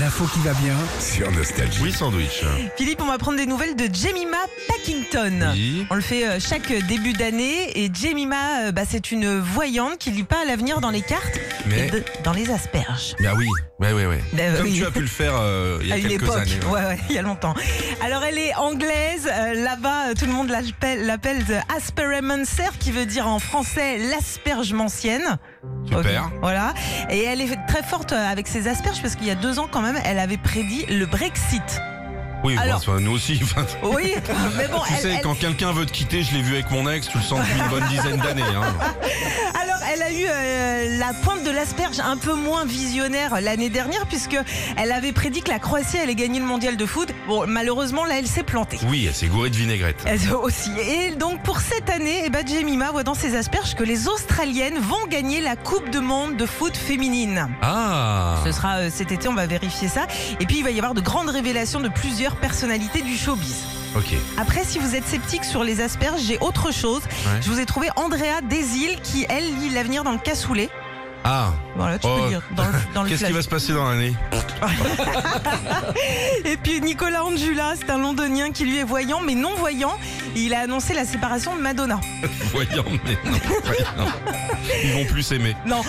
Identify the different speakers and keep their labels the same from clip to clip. Speaker 1: L'info qui va bien.
Speaker 2: Sur Nostalgie.
Speaker 3: Oui, sandwich.
Speaker 4: Philippe, on va prendre des nouvelles de Jemima Packington.
Speaker 3: Oui.
Speaker 4: On le fait euh, chaque début d'année et Jemima, euh, bah, c'est une voyante qui lit pas à l'avenir dans les cartes, mais
Speaker 3: Mais.
Speaker 4: de- dans les asperges.
Speaker 3: Bah oui, ouais, ouais, ouais.
Speaker 4: Bah,
Speaker 3: Comme
Speaker 4: oui.
Speaker 3: tu as pu le faire euh, il y a
Speaker 4: à une
Speaker 3: quelques
Speaker 4: époque,
Speaker 3: années.
Speaker 4: ouais, ouais, il y a longtemps. Alors elle est anglaise, euh, là-bas euh, tout le monde l'appelle l'appelle the Aspermancer, qui veut dire en français l'aspergemensienne.
Speaker 3: Super.
Speaker 4: Ok, Voilà. Et elle est très forte euh, avec ses asperges parce qu'il y a deux ans quand même, elle avait prédit le Brexit.
Speaker 3: Oui, bon,
Speaker 4: Alors-
Speaker 3: enfin, nous aussi. enfin,
Speaker 4: Oui, mais bon,
Speaker 3: tu
Speaker 4: elle-
Speaker 3: sais,
Speaker 4: elle-
Speaker 3: quand quelqu'un veut te quitter, je l'ai vu avec mon ex, tu le sens depuis une bonne dizaine d'années. Hein.
Speaker 4: Alors, elle a eu euh, la pointe de l'asperge un peu moins visionnaire euh, l'année dernière, puisque elle avait prédit que la Croatie allait gagner le mondial de foot. Bon, malheureusement, là, elle s'est plantée.
Speaker 3: Oui, elle s'est gourée de vinaigrette.
Speaker 4: Elle aussi. Et donc, pour cette année, eh ben, Jemima voit dans ses asperges que les Australiennes vont gagner la Coupe de monde de foot féminine.
Speaker 3: Ah
Speaker 4: Ce sera euh, cet été, on va vérifier ça. Et puis, il va y avoir de grandes révélations de plusieurs personnalités du showbiz.
Speaker 3: Ok.
Speaker 4: Après, si vous êtes sceptique sur les asperges, j'ai autre chose.
Speaker 3: Ouais.
Speaker 4: Je vous ai trouvé Andrea Desil, qui, elle, lit l'avenir dans le cassoulet.
Speaker 3: Ah
Speaker 4: Voilà, tu peux
Speaker 3: Oh.
Speaker 4: le dire dans le, dans le
Speaker 3: Qu'est-ce
Speaker 4: flash.
Speaker 3: qui va se passer dans l'année
Speaker 4: Et puis Nicolas Angula, c'est un londonien qui lui est voyant mais non voyant. Et il a annoncé la séparation de Madonna.
Speaker 3: Voyons, mais non, voyons. Ils vont plus s'aimer.
Speaker 4: Non,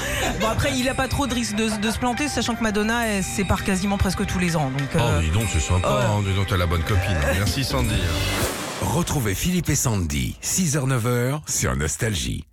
Speaker 4: bon après il a pas trop de risque de, de se planter, sachant que Madonna elle, se sépare quasiment presque tous les ans. Donc, euh,
Speaker 3: Oh, dis donc, c'est sympa.
Speaker 4: ouais.
Speaker 3: hein, dis donc, t'as la bonne copine. hein. Merci, Sandy.
Speaker 1: Retrouvez Philippe et Sandy, 6h-9h
Speaker 2: Sur Nostalgie.